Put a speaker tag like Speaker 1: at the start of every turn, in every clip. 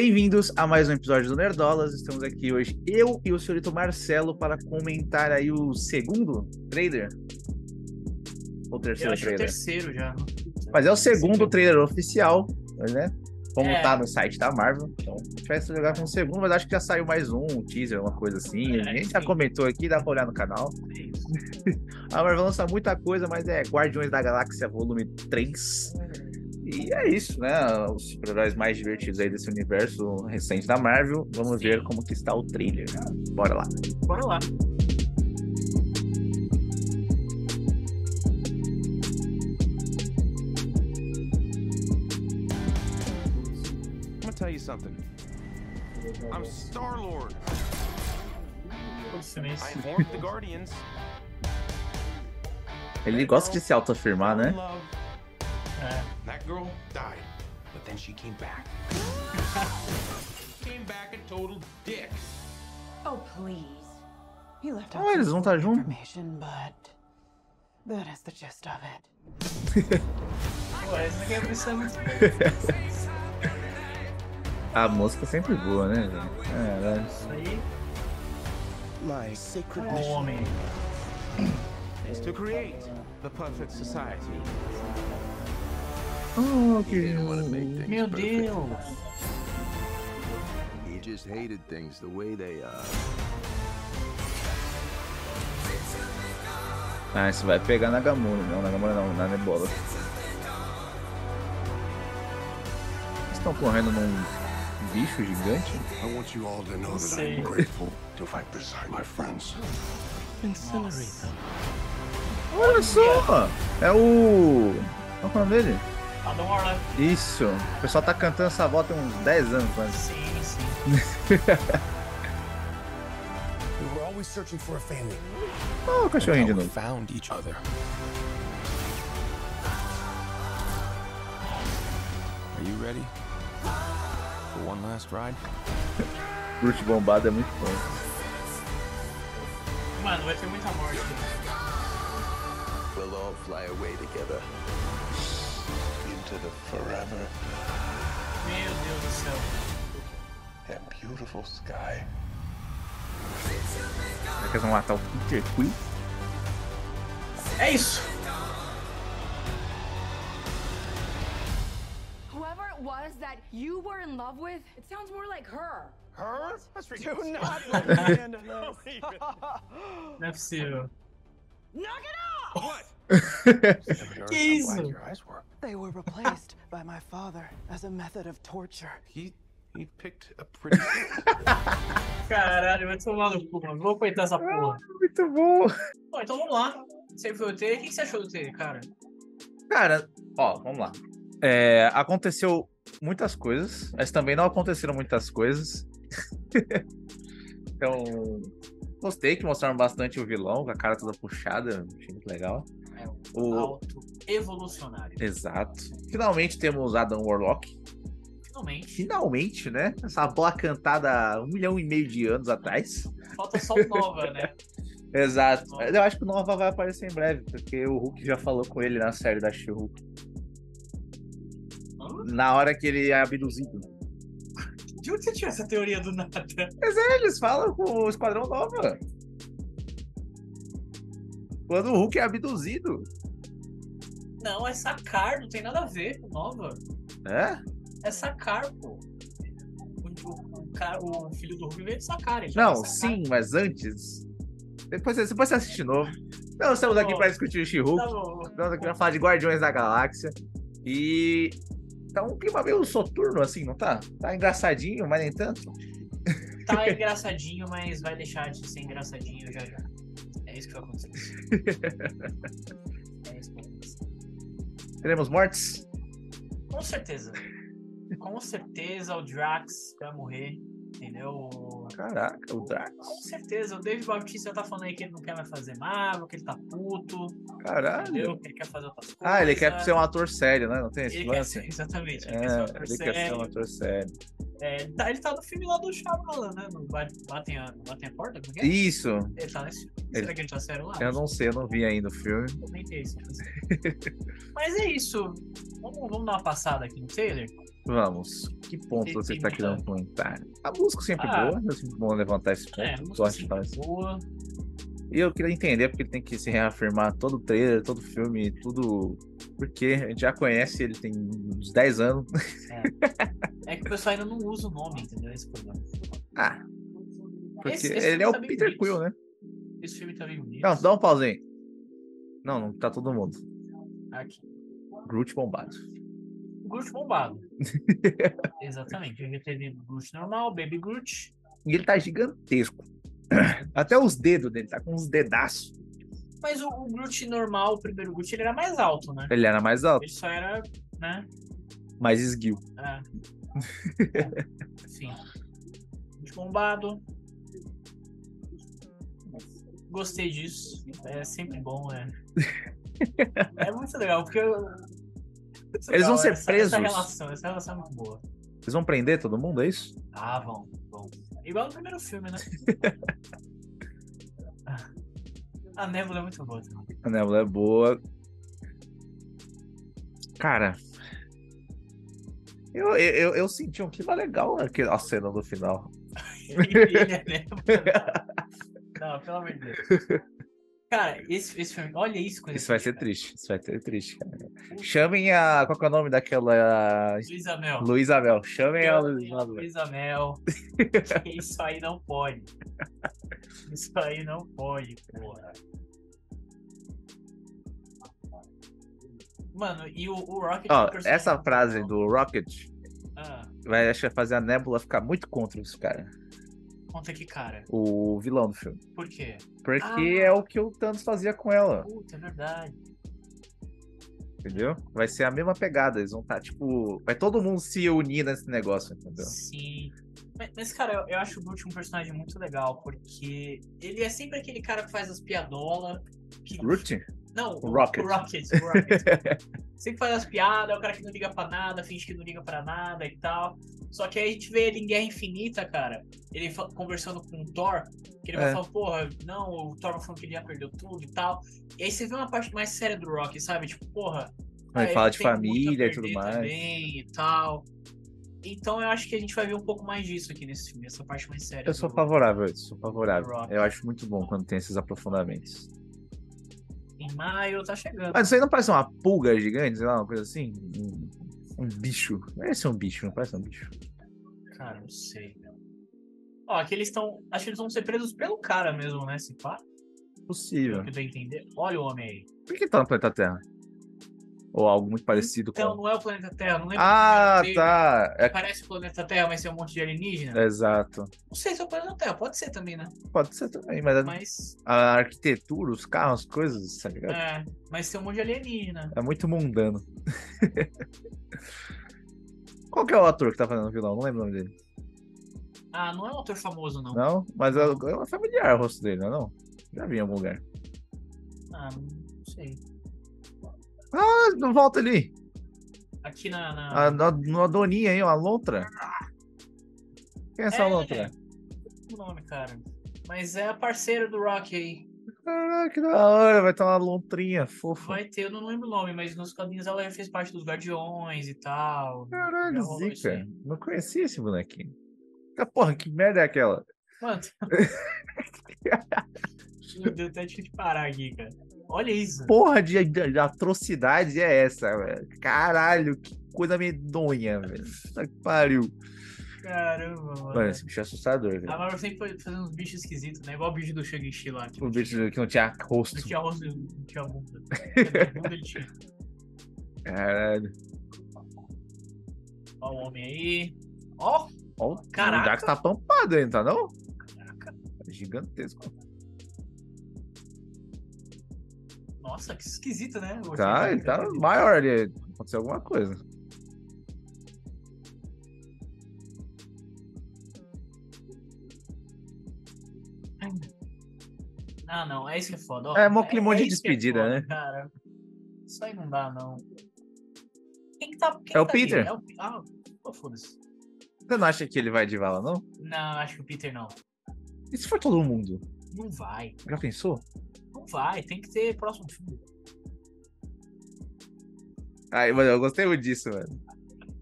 Speaker 1: Bem-vindos a mais um episódio do Nerdolas. Estamos aqui hoje, eu e o senhorito Marcelo, para comentar aí o segundo trailer. Ou
Speaker 2: Eu
Speaker 1: terceiro
Speaker 2: acho que é o
Speaker 1: trailer.
Speaker 2: terceiro já.
Speaker 1: Mas é o segundo trailer oficial, mas, né? Como
Speaker 2: É.
Speaker 1: tá no site da Marvel. Então, a gente vai jogar com o segundo, mas acho que já saiu mais um, um teaser, uma coisa assim.
Speaker 2: É,
Speaker 1: a gente já
Speaker 2: sim.
Speaker 1: comentou aqui, dá pra olhar no canal.
Speaker 2: É
Speaker 1: A Marvel lança muita coisa, mas é Guardiões da Galáxia Volume 3. E é isso, né? Os super-heróis mais divertidos aí desse universo recente da Marvel. Vamos
Speaker 2: Sim.
Speaker 1: ver como que está o trailer. Bora lá.
Speaker 2: Bora lá.
Speaker 3: I'm gonna tell you something. I'm Star Lord.
Speaker 2: Putz, também
Speaker 3: I
Speaker 2: isso.
Speaker 3: informed the Guardians.
Speaker 1: Ele gosta de se autoafirmar, né?
Speaker 3: Love.
Speaker 2: É.
Speaker 3: That girl died, but then she came back. came back a total dick.
Speaker 4: Oh, please. He left
Speaker 1: Ah, eles vão estar juntos.
Speaker 4: information, but that is the gist of it.
Speaker 2: Pô, essa aqui é a versão muito
Speaker 1: A música sempre boa, né? velho? É, né?
Speaker 2: aí.
Speaker 5: My sacred
Speaker 2: O
Speaker 5: mission
Speaker 2: Um homem.
Speaker 3: Is to create the perfect society.
Speaker 1: Oh, que...
Speaker 2: Meu Deus.
Speaker 6: He just hated things the way they are.
Speaker 1: Ah, isso vai pegar Nagamura, não. Nagamura não, na Nebola. Eles estão correndo num bicho gigante?
Speaker 6: I want you all to know that
Speaker 2: Insane.
Speaker 6: I'm grateful to fight beside my friends.
Speaker 1: Olha só! É o. Qual que é o nome dele?
Speaker 2: Adam Warlock.
Speaker 1: Isso. O pessoal tá cantando essa volta há uns 10 anos antes.
Speaker 2: Sim, sim.
Speaker 5: We were always searching for a family.
Speaker 1: Olha o cachorrinho de novo.
Speaker 6: found each other.
Speaker 3: Are you ready? For one last ride?
Speaker 1: Brute bombado é muito bom.
Speaker 2: Mano, vai ter muita morte.
Speaker 6: We'll all fly away together. Into the forever
Speaker 2: Meu Deus do céu.
Speaker 6: and beautiful sky.
Speaker 1: Será que eles vão matar o Peter Quill?
Speaker 2: É isso.
Speaker 7: Whoever it was that you were in love with, it sounds more like her.
Speaker 3: Her? That's ridiculous. Do not
Speaker 2: Não é possível.
Speaker 7: Knock it off!
Speaker 3: What?
Speaker 2: isso?
Speaker 6: your eyes were.
Speaker 4: They were replaced by my father as a method of torture.
Speaker 3: He he picked a pretty
Speaker 2: Caralho, vai tomar no cu, mano. Vou coitar essa porra.
Speaker 1: Muito bom!
Speaker 2: Bom, então vamos lá. Você foi o trailer. O que que você achou do trailer, cara?
Speaker 1: Cara, ó, vamos lá. É, aconteceu muitas coisas, mas também não aconteceram muitas coisas. então, gostei que mostraram bastante o vilão, com a cara toda puxada, achei muito legal.
Speaker 2: É,
Speaker 1: O...
Speaker 2: Alto evolucionário.
Speaker 1: Exato. Finalmente temos Adam Warlock,
Speaker 2: Finalmente.
Speaker 1: finalmente, né? Essa bola cantada há um milhão e meio de anos atrás.
Speaker 2: Falta só o Nova, né?
Speaker 1: Exato. Mas Eu acho que o Nova vai aparecer em breve, porque o Hulk já falou com ele na série da She-Hulk.
Speaker 2: Hã?
Speaker 1: Na hora que ele é abduzido.
Speaker 2: De onde você tirou essa teoria do nada?
Speaker 1: é, Eles falam com o Esquadrão Nova. Quando o Hulk é abduzido.
Speaker 2: Não, é sacar, não tem nada a ver com Nova.
Speaker 1: É?
Speaker 2: É sacar, pô. O, o- o cara- o filho do Hulk veio de sacar. Ele
Speaker 1: Não,
Speaker 2: chama sacar.
Speaker 1: sim, mas antes. Depois, você- depois você assiste de novo. Não, estamos aqui para discutir o She-Hulk.
Speaker 2: Tá bom.
Speaker 1: Nós aqui pra falar de Guardiões da Galáxia. E tá um clima meio soturno, assim, não tá? Tá engraçadinho, mas nem tanto.
Speaker 2: Tá engraçadinho, mas vai deixar de ser engraçadinho já já. É isso que vai acontecer. é isso que vai acontecer.
Speaker 1: Teremos mortes.
Speaker 2: Com certeza. Com certeza o Drax vai morrer. Entendeu? O-
Speaker 1: Caraca, o Drax.
Speaker 2: Com certeza. O David Bautista tá falando aí que ele não quer mais fazer Marvel, que ele tá puto.
Speaker 1: Caralho.
Speaker 2: Entendeu? Que ele quer fazer outras coisas.
Speaker 1: Ah, ele quer ser um ator sério, né? Não tem esse
Speaker 2: Ele quer
Speaker 1: lance?
Speaker 2: ser, exatamente.
Speaker 1: É,
Speaker 2: Ele quer ser um ator
Speaker 1: ele quer ser um
Speaker 2: sério.
Speaker 1: ator sério.
Speaker 2: É, ele, tá, ele tá no filme lá do Shyamalan, né? No Ba- Batem a, Batem a Porta, como é que é?
Speaker 1: Isso,
Speaker 2: Ele tá nesse filme.
Speaker 1: Ele-
Speaker 2: Será que ele tá sério lá?
Speaker 1: eu não sei, eu não vi ainda o filme.
Speaker 2: comentei isso. Mas é isso. Vamos, vamos dar uma passada aqui no trailer.
Speaker 1: Vamos. Que ponto
Speaker 2: Sim,
Speaker 1: você
Speaker 2: sim,
Speaker 1: está
Speaker 2: tá.
Speaker 1: querendo comentar? A música sempre
Speaker 2: Ah.
Speaker 1: boa, é sempre bom levantar esse ponto.
Speaker 2: É, a
Speaker 1: eu
Speaker 2: música
Speaker 1: gosto de
Speaker 2: sempre
Speaker 1: falar isso.
Speaker 2: boa.
Speaker 1: E eu queria entender porque ele tem que se reafirmar todo trailer, todo filme, tudo. Porque a gente já conhece, ele tem uns 10 anos.
Speaker 2: É que o pessoal ainda não usa o nome, entendeu? Esse problema.
Speaker 1: Ah, Porque
Speaker 2: Esse- esse
Speaker 1: ele
Speaker 2: filme
Speaker 1: é o
Speaker 2: tá bem
Speaker 1: Peter
Speaker 2: bonito.
Speaker 1: Quill, né?
Speaker 2: Esse filme tá bem bonito.
Speaker 1: Não, dá um pauzinho. Não, não tá todo mundo. um
Speaker 2: Aqui.
Speaker 1: Groot bombado.
Speaker 2: Groot bombado. Exatamente. Eu já teve Groot normal, Baby Groot.
Speaker 1: E ele tá gigantesco. Até os dedos dele, tá com uns dedaços.
Speaker 2: Mas o, o Groot normal, o primeiro Groot, ele era mais alto, né?
Speaker 1: Ele era mais alto,
Speaker 2: Ele só era, né?
Speaker 1: mais esguio.
Speaker 2: É. Sim. Muito bombado. Gostei disso. É sempre bom, né? É muito legal, porque. eu- Muito
Speaker 1: Eles vão
Speaker 2: legal
Speaker 1: ser
Speaker 2: essa-
Speaker 1: presos?
Speaker 2: Essa relação, essa relação é muito boa.
Speaker 1: Vocês vão prender todo mundo, é isso?
Speaker 2: Ah, vão, vão. Igual no primeiro filme, né? A Nebula é muito boa também.
Speaker 1: A Nebula é boa. Cara. Eu, eu, eu- eu senti um clima legal naquela cena do final.
Speaker 2: Ele é Nebula. Não, pelo amor de Deus. Cara, esse, esse filme, olha isso. coisa
Speaker 1: Isso vai ser
Speaker 2: triste.
Speaker 1: triste. Isso vai ser triste, cara. Chamem a. Qual que é o nome daquela.
Speaker 2: Luísa Mel.
Speaker 1: Luísa Mel. Chamem a Luísa Mel.
Speaker 2: Luísa Mel. Isso aí não pode. Isso aí não pode, porra. Mano, e o, o Rocket. é um
Speaker 1: Ó,
Speaker 2: personagem
Speaker 1: essa
Speaker 2: muito
Speaker 1: frase
Speaker 2: legal.
Speaker 1: do Rocket
Speaker 2: Ah,
Speaker 1: vai acho, fazer a Nebula ficar muito contra isso, cara.
Speaker 2: conta que cara.
Speaker 1: O vilão do filme.
Speaker 2: Por quê?
Speaker 1: Porque
Speaker 2: Ah.
Speaker 1: é o que o Thanos fazia com ela,
Speaker 2: Puta, é verdade.
Speaker 1: entendeu? Vai ser a mesma pegada. Eles vão estar, tipo. Vai todo mundo se unir nesse negócio, entendeu?
Speaker 2: Sim. Mas, mas, cara, eu, eu acho o Groot um personagem muito legal, porque ele é sempre aquele cara que faz as piadolas. Que
Speaker 1: Groot?
Speaker 2: Não,
Speaker 1: O Rocket.
Speaker 2: O Rocket, o Rocket. Sempre faz as piadas, é o cara que não liga pra nada, finge que não liga pra nada e tal. Só que aí a gente vê ele em Guerra Infinita, cara, ele fa- conversando com o Thor, que ele
Speaker 1: É.
Speaker 2: vai falar, porra, não, o Thor falou que ele já perdeu tudo e tal. E aí você vê uma parte mais séria do Rocket, sabe? Tipo, porra.
Speaker 1: Vai
Speaker 2: ah,
Speaker 1: falar
Speaker 2: ele
Speaker 1: de
Speaker 2: tem muito a
Speaker 1: família e tudo
Speaker 2: perder
Speaker 1: mais.
Speaker 2: Também, e tal. Então eu acho que a gente vai ver um pouco mais disso aqui nesse filme, essa parte mais séria.
Speaker 1: Eu sou
Speaker 2: do-
Speaker 1: favorável, a isso, sou favorável.
Speaker 2: Rocket.
Speaker 1: Eu acho muito bom quando tem esses aprofundamentos.
Speaker 2: Em maio tá chegando.
Speaker 1: Mas isso aí não parece uma pulga gigante, sei lá, uma coisa assim? Um, um bicho. Parece um bicho, não parece um bicho.
Speaker 2: Cara, não sei, meu. Ó, aqui eles estão. Acho que eles vão ser presos pelo cara mesmo, né? Se pá,
Speaker 1: Possível.
Speaker 2: pelo que eu tô entendendo. Olha o homem aí.
Speaker 1: Por que tá no planeta Terra? Ou algo muito parecido
Speaker 2: Então,
Speaker 1: com.
Speaker 2: não é o planeta Terra, não lembro.
Speaker 1: Ah,
Speaker 2: que era o
Speaker 1: tá.
Speaker 2: dele. Parece o planeta Terra, mas tem um monte de alienígena.
Speaker 1: É- Exato.
Speaker 2: Não sei se é o planeta Terra, pode ser também, né?
Speaker 1: Pode ser também, mas
Speaker 2: Mas.
Speaker 1: a arquitetura, os carros, as coisas, tá ligado?
Speaker 2: É, mas tem um monte de alienígena.
Speaker 1: É muito mundano. Qual que é o ator que tá fazendo o vilão? Não lembro o nome dele.
Speaker 2: Ah, não é um ator famoso, não.
Speaker 1: Não? Mas é, é familiar o rosto dele, não é não? Já vi em algum lugar.
Speaker 2: Ah, não sei.
Speaker 1: Ah, não volta ali.
Speaker 2: Aqui na. na-
Speaker 1: A, a, a doninha aí, uma lontra. Quem é essa
Speaker 2: É.
Speaker 1: lontra?
Speaker 2: O nome, cara. Mas é parceiro do Rock aí.
Speaker 1: Caraca, que da hora. Ah, Vai ter uma lontrinha fofa.
Speaker 2: Vai ter, eu não lembro o nome, mas nos quadrinhos ela já fez parte dos Guardiões e tal.
Speaker 1: Caralho,
Speaker 2: Já rolou isso
Speaker 1: zica.
Speaker 2: aí.
Speaker 1: Não conhecia esse bonequinho. Ah, Porra, que merda é aquela?
Speaker 2: Mano. Meu Deus, até difícil de parar aqui, cara. Olha isso.
Speaker 1: Porra de, de- de atrocidade é essa, velho? Caralho, que coisa medonha, velho. Puta que pariu.
Speaker 2: Caramba, mano.
Speaker 1: Mano, esse bicho é assustador,
Speaker 2: A
Speaker 1: velho.
Speaker 2: Marvel sempre foi fazendo uns bichos esquisitos, né? Igual o bicho do Shang-Chi lá. Que
Speaker 1: O Um bicho que não tinha rosto.
Speaker 2: não tinha rosto, não tinha bunda. Não bunda ele tinha.
Speaker 1: Caralho.
Speaker 2: Ó o homem aí. Ó,
Speaker 1: Ó,
Speaker 2: Caraca.
Speaker 1: O Dax tá pampado ainda, tá não?
Speaker 2: caraca.
Speaker 1: É gigantesco.
Speaker 2: Nossa, que esquisito, né? O
Speaker 1: Tá, ele tá maior ali. Aconteceu alguma coisa.
Speaker 2: Ah, não. É isso que é foda. Ó,
Speaker 1: É, mó climão de
Speaker 2: isso que é
Speaker 1: despedida,
Speaker 2: foda,
Speaker 1: né?
Speaker 2: Cara, isso aí não dá, não. Quem que tá. quem
Speaker 1: É o
Speaker 2: tá ali?
Speaker 1: Peter.
Speaker 2: É o... Ah, pô, foda-se.
Speaker 1: Você não acha que ele vai de vala, não?
Speaker 2: Não, acho que o Peter não.
Speaker 1: E se for todo mundo?
Speaker 2: Não vai.
Speaker 1: Já pensou?
Speaker 2: Não vai, tem que ter próximo filme.
Speaker 1: Aí, mano, eu gostei muito disso, mano.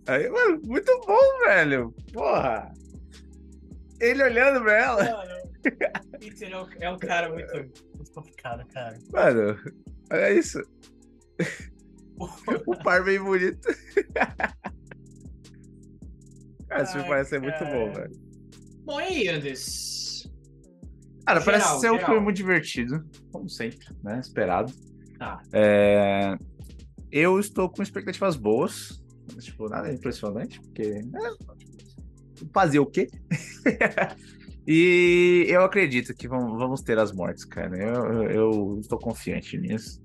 Speaker 1: Aí, mano, muito bom, velho. Porra. Ele olhando pra ela.
Speaker 2: Mano, Peter é um, é um cara muito, muito complicado, cara.
Speaker 1: Mano, olha isso. O par bem bonito. Cara, esse filme
Speaker 2: Ai,
Speaker 1: parece ser muito
Speaker 2: cara.
Speaker 1: bom, velho.
Speaker 2: Bom, e aí, Andes?
Speaker 1: Cara,
Speaker 2: Geral,
Speaker 1: parece ser um
Speaker 2: geral.
Speaker 1: filme muito divertido, como sempre, né? Esperado.
Speaker 2: Tá.
Speaker 1: É, Eu estou com expectativas boas, mas, tipo, nada impressionante, porque. né, tipo, Fazer o quê? e eu acredito que vão- vamos ter as mortes, cara. Eu, eu- eu estou confiante nisso.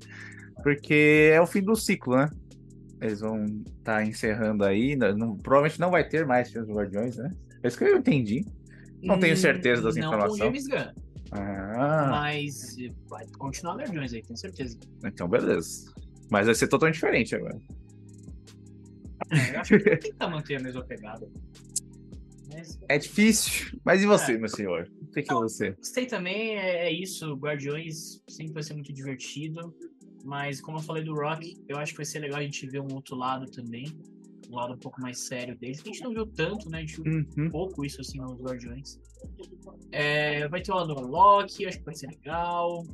Speaker 1: Porque é o fim do ciclo, né? Eles vão estar encerrando aí. não- não- provavelmente não vai ter mais filmes do Guardiões, né? É isso que eu entendi. Não tenho certeza dessa
Speaker 2: Hum, Não
Speaker 1: informação.
Speaker 2: com o James Gunn,
Speaker 1: Ah.
Speaker 2: mas eh, vai continuar Guardiões aí, tenho certeza.
Speaker 1: Então, beleza. Mas vai ser totalmente diferente agora.
Speaker 2: É, eu acho que tenta manter a mesma pegada. Mas
Speaker 1: É difícil. Mas e você,
Speaker 2: É.
Speaker 1: meu senhor? O que, que é você?
Speaker 2: gostei também, é, é isso. Guardiões sempre vai ser muito divertido. Mas como eu falei do Rock, eu acho que vai ser legal a gente ver um outro lado também. Um lado um pouco mais sério deles. que A gente não viu tanto, né? A gente viu
Speaker 1: Uhum.
Speaker 2: pouco isso assim nos Guardiões. É, vai ter o Adam Loki, acho que vai ser legal.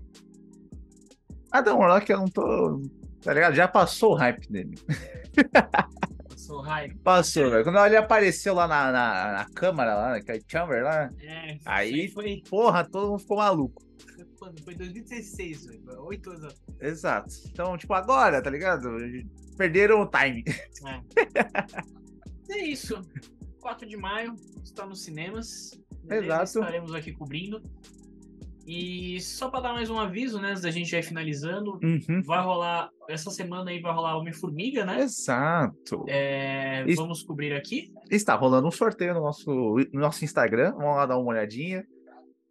Speaker 1: Adam Warlock, eu não tô. Tá ligado? Já passou o hype dele.
Speaker 2: Passou hype.
Speaker 1: Passou, velho. Quando ele apareceu lá na, na, na câmara, lá, naquele chamber lá,
Speaker 2: É, isso
Speaker 1: Aí-
Speaker 2: foi,
Speaker 1: porra, todo mundo ficou maluco.
Speaker 2: foi quando? Foi em 2016, velho, foi oito anos atrás.
Speaker 1: Exato. Então, tipo, agora, tá ligado? Perderam o time.
Speaker 2: É isso. 4 de maio, está nos cinemas.
Speaker 1: Exato.
Speaker 2: Estaremos aqui cobrindo. E só para dar mais um aviso, né? Antes da gente já ir finalizando,
Speaker 1: Uhum.
Speaker 2: vai rolar. Essa semana aí vai rolar Homem-Formiga, né?
Speaker 1: Exato.
Speaker 2: É,
Speaker 1: Isso.
Speaker 2: Vamos cobrir aqui.
Speaker 1: Está rolando um sorteio no nosso, no nosso Instagram. Vamos lá dar uma olhadinha.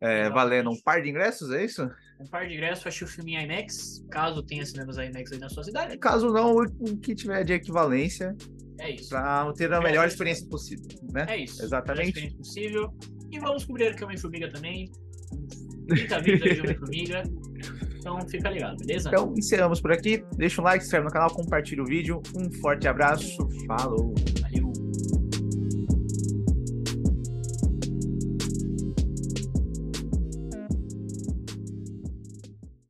Speaker 1: É,
Speaker 2: Exatamente.
Speaker 1: valendo um par de ingressos, é isso?
Speaker 2: Um par de ingressos, achei o filme em IMAX, caso tenha cinemas IMAX aí na sua cidade.
Speaker 1: Caso não, o que tiver de equivalência.
Speaker 2: É isso.
Speaker 1: pra ter a melhor experiência possível, né?
Speaker 2: É isso.
Speaker 1: Exatamente.
Speaker 2: O melhor experiência possível. E vamos cobrir aqui o Homem-Formiga também. 30 vídeos aí de Homem-Formiga. Então fica ligado, beleza?
Speaker 1: Então, encerramos por aqui. Deixa um like, se inscreve no canal, compartilha o vídeo. Um forte abraço, falou!